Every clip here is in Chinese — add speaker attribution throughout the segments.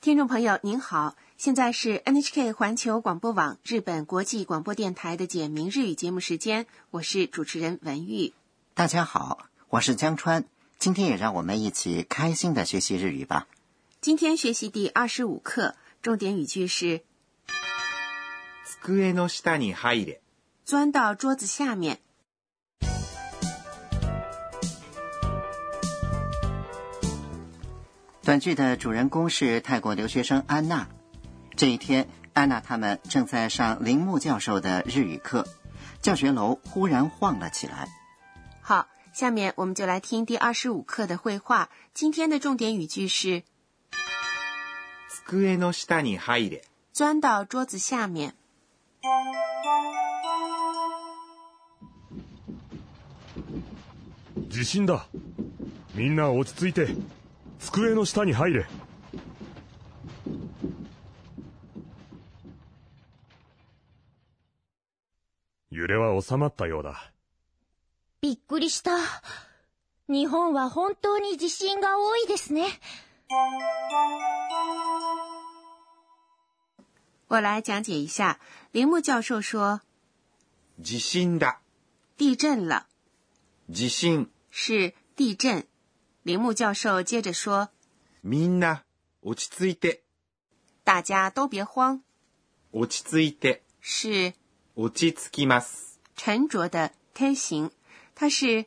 Speaker 1: 听众朋友您好，现在是 NHK 环球广播网日本国际广播电台的简明日语节目时间，我是主持人文玉。
Speaker 2: 大家好，我是江川，今天也让我们一起开心的学习日语吧。
Speaker 1: 今天学习第二十五课，重点语句是
Speaker 3: 机の下に入れ。
Speaker 1: 钻到桌子下面。
Speaker 2: 短剧的主人公是泰国留学生安娜。这一天，安娜他们正在上铃木教授的日语课，教学楼忽然晃了起来。
Speaker 1: 好，下面我们就来听第二十五课的绘画。今天的重点语句是
Speaker 3: 机の下に入れ。
Speaker 1: 钻到桌子下面。
Speaker 4: 地震だみんな落ち着いて机の下に入れ揺れは収まったようだ
Speaker 5: びっくりした。日本は本当に地震が多いですね。
Speaker 1: 我来讲解一下。铃木教授说，
Speaker 3: 地震だ。
Speaker 1: 地震了
Speaker 3: 地震。
Speaker 1: 是地震。铃木教授接着说，
Speaker 3: みんな、落ち着いて。
Speaker 1: 大家都别慌，
Speaker 3: 落ち着いて。
Speaker 1: 是
Speaker 3: 落ち着きます。
Speaker 1: 沉着的推行，它是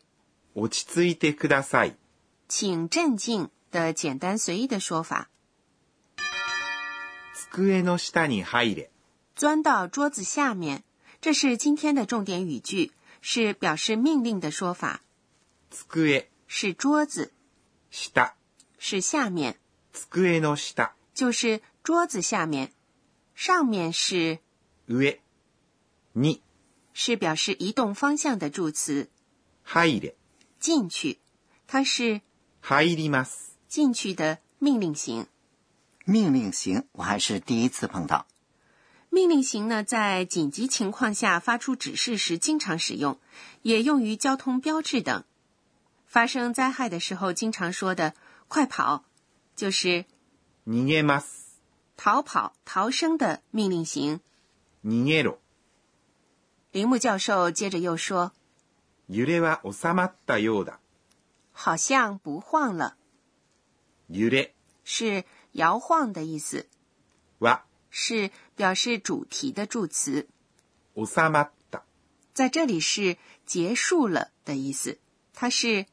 Speaker 3: 落ち着いてください。
Speaker 1: 请镇静的简单随意的说法。
Speaker 3: 机の下に入れ。
Speaker 1: 钻到桌子下面，这是今天的重点语句，是表示命令的说法，
Speaker 3: 机、
Speaker 1: 是桌子，
Speaker 3: 下。
Speaker 1: 是下面，
Speaker 3: 机の下。
Speaker 1: 就是桌子下面，上面是
Speaker 3: 上。に、
Speaker 1: 是表示移动方向的助词，
Speaker 3: 入れ。
Speaker 1: 进去，它是
Speaker 3: 入ります。
Speaker 1: 进去的命令型。
Speaker 2: 命令型我还是第一次碰到。
Speaker 1: 命令型呢，在紧急情况下发出指示时经常使用，也用于交通标志等。发生灾害的时候经常说的“快跑”，就是
Speaker 3: 逃げます。
Speaker 1: 逃跑、逃生的命令型。
Speaker 3: 逃げろ。
Speaker 1: 铃木教授接着又说
Speaker 3: 揺れは収まったようだ。：“
Speaker 1: 好像不晃了，
Speaker 3: 揺れ
Speaker 1: 是摇晃的意思，
Speaker 3: は
Speaker 1: 是表示主题的助词，
Speaker 3: 収まった。
Speaker 1: 在这里是结束了的意思，它是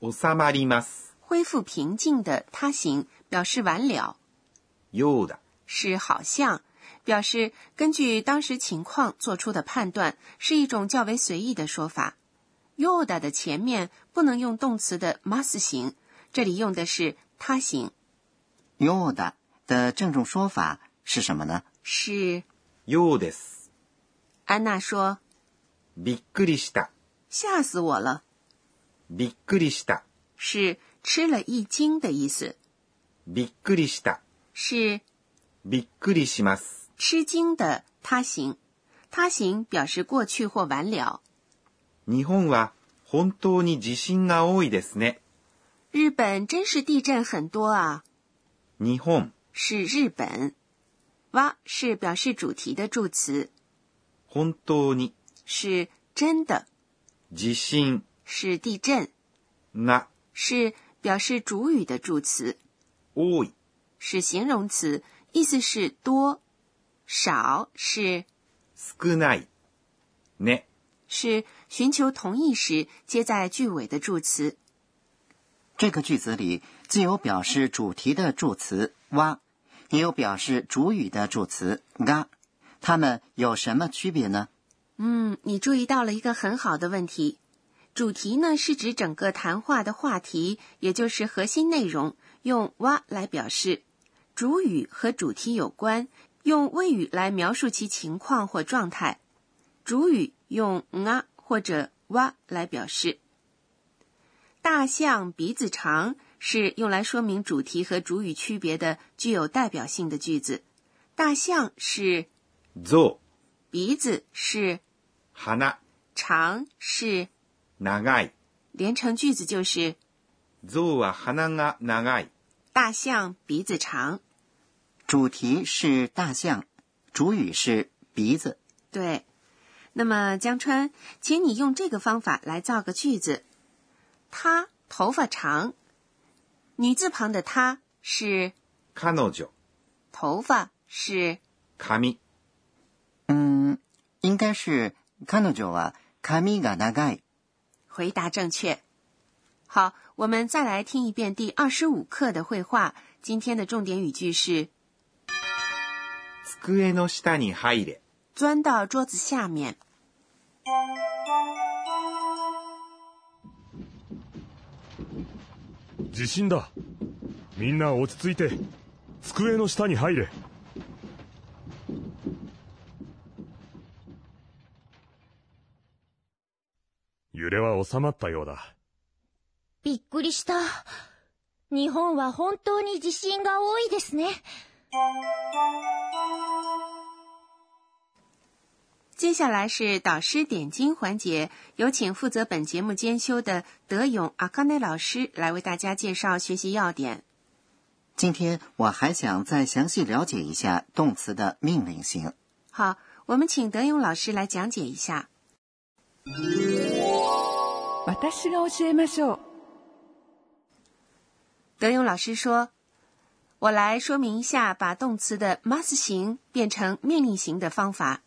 Speaker 3: 収まります。
Speaker 1: 恢复平静的他形，表示完了。”
Speaker 3: ようだ。
Speaker 1: 是好像，表示根据当时情况做出的判断，是一种较为随意的说法。yoda 的前面不能用动词的 mas 形，这里用的是他形，
Speaker 2: ようだ的郑重说法是什么呢？
Speaker 1: 是
Speaker 3: ようです。
Speaker 1: 安娜说
Speaker 3: びっくりした。
Speaker 1: 吓死我了，
Speaker 3: びっくりした。
Speaker 1: 是吃了一惊的意思，
Speaker 3: びっくりした。
Speaker 1: 是
Speaker 3: びっくりします。
Speaker 1: 吃惊的他形。他形表示过去或完了。
Speaker 3: 日本は本当に地震が多いですね。
Speaker 1: 日本真是地震很多啊。
Speaker 3: 日本、
Speaker 1: 是日本。哇是表示主题的助词，
Speaker 3: 本当に
Speaker 1: 是真的，
Speaker 3: 地震
Speaker 1: 是地震，
Speaker 3: が
Speaker 1: 是表示主语的助词，
Speaker 3: 多い。
Speaker 1: 是形容词，意思是多、少，是
Speaker 3: 少ない。ね。
Speaker 1: 是寻求同意时接在句尾的助词。
Speaker 2: 这个句子里既有表示主题的助词哇，也有表示主语的助词嘎，它们有什么区别呢？
Speaker 1: 嗯，你注意到了一个很好的问题。主题呢是指整个谈话的话题，也就是核心内容，用哇来表示。主语和主题有关，用谓语来描述其情况或状态。主语用啊或者哇来表示。大象鼻子长是用来说明主题和主语区别的具有代表性的句子。大象是
Speaker 3: 象、
Speaker 1: 鼻子是
Speaker 3: 花、
Speaker 1: 长是
Speaker 3: 長い。
Speaker 1: 连成句子就是
Speaker 3: 象は鼻が長い。
Speaker 1: 大象鼻子长。
Speaker 2: 主题是大象，主语是鼻子。
Speaker 1: 对，那么江川，请你用这个方法来造个句子。她头发长，女字旁的她是
Speaker 3: 彼女、
Speaker 1: 头发是
Speaker 3: 髪、
Speaker 2: 嗯，应该是彼女は啊髪が長い。
Speaker 1: 回答正确。好，我们再来听一遍第二十五课的绘画。今天的重点语句是
Speaker 3: 机の下に入れ、
Speaker 1: 钻到桌子下面。
Speaker 4: 地震だみんな落ち着いて机の下に入れ揺れは収まったようだ
Speaker 5: びっくりした。日本は本当に地震が多いですね。
Speaker 1: 接下来是导师点睛环节，有请负责本节目监修的德勇阿卡内老师来为大家介绍学习要点。
Speaker 2: 今天我还想再详细了解一下动词的命令型。
Speaker 1: 好，我们请德勇老师来讲解一下。
Speaker 6: 私が教えましょう
Speaker 1: 德勇老师说：“我来说明一下把动词的 must 形变成命令型的方法。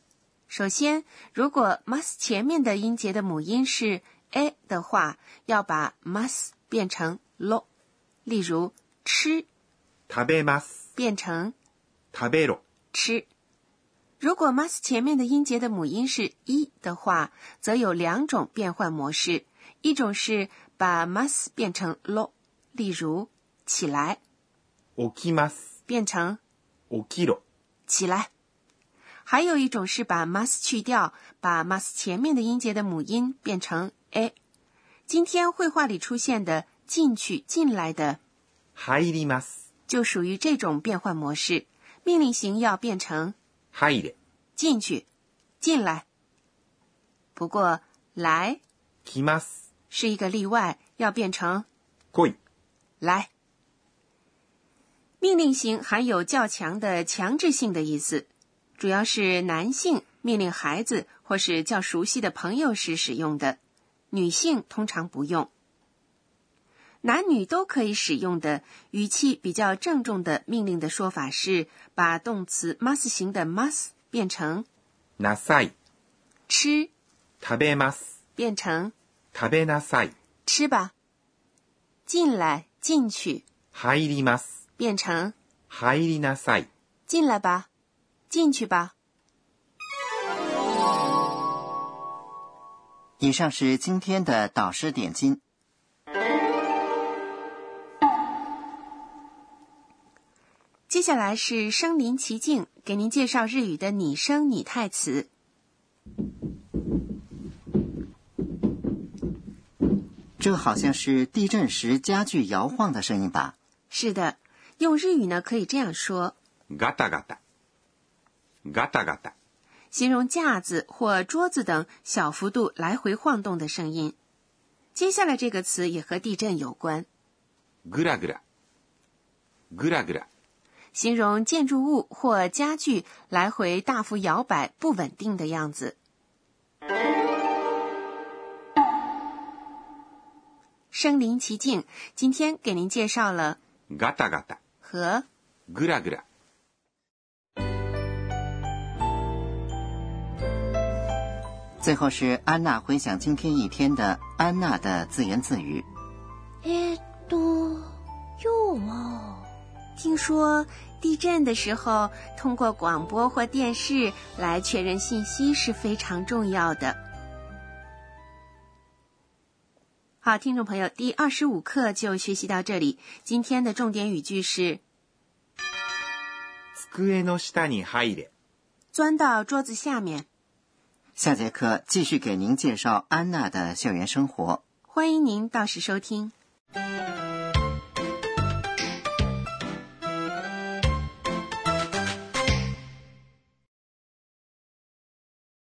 Speaker 1: 首先，如果 must 前面的音节的母音是 a 的话，要把 must 变成 lo。例如，吃
Speaker 3: 食べます、
Speaker 1: 变成
Speaker 3: 食べろ、
Speaker 1: 吃。如果 must 前面的音节的母音是一的话，则有两种变换模式，一种是把 must 变成 lo，例如起来
Speaker 3: 起きます、
Speaker 1: 变成
Speaker 3: 起きろ、
Speaker 1: 起来。还有一种是把 must 去掉，把 must 前面的音节的母音变成 a。今天绘画里出现的进去、进来的
Speaker 3: 入ります、
Speaker 1: 就属于这种变换模式，命令型要变成
Speaker 3: 入れ、
Speaker 1: 进去、进来。不过来
Speaker 3: 来ます、
Speaker 1: 是一个例外，要变成
Speaker 3: 来い、
Speaker 1: 来。命令型含有较强的强制性的意思，主要是男性命令孩子或是较熟悉的朋友时使用的，女性通常不用。男女都可以使用的语气比较郑重的命令的说法是，把动词 must 型的 must 变成
Speaker 3: なさい、
Speaker 1: 吃，
Speaker 3: 食べます、
Speaker 1: 变成
Speaker 3: 食べなさい、
Speaker 1: 吃吧。进来，进去，
Speaker 3: 入ります、
Speaker 1: 变成
Speaker 3: 入りなさい、
Speaker 1: 进来吧，进去吧。
Speaker 2: 以上是今天的导师点睛。
Speaker 1: 接下来是身临其境，给您介绍日语的拟声拟态词。
Speaker 2: 这好像是地震时家具摇晃的声音吧？
Speaker 1: 是的，用日语呢可以这样说：
Speaker 3: ガタガタ、ガタガタ、
Speaker 1: 形容架子或桌子等小幅度来回晃动的声音。接下来这个词也和地震有关，
Speaker 3: ぐらぐら、ぐらぐら、
Speaker 1: 形容建筑物或家具来回大幅摇摆、不稳定的样子。身临其境，今天给您介绍了
Speaker 3: ガタガタ、
Speaker 1: 和
Speaker 3: ぐらぐら。
Speaker 2: 最后是安娜回想今天一天的安娜的自言自语。
Speaker 5: えーっと、今日は、
Speaker 1: 听说地震的时候，通过广播或电视来确认信息是非常重要的。好，听众朋友，第二十五课就学习到这里。今天的重点语句是
Speaker 3: 机の下に入れ、
Speaker 1: 钻到桌子下面。
Speaker 2: 下节课继续给您介绍安娜的校园生活。
Speaker 1: 欢迎您到时收听。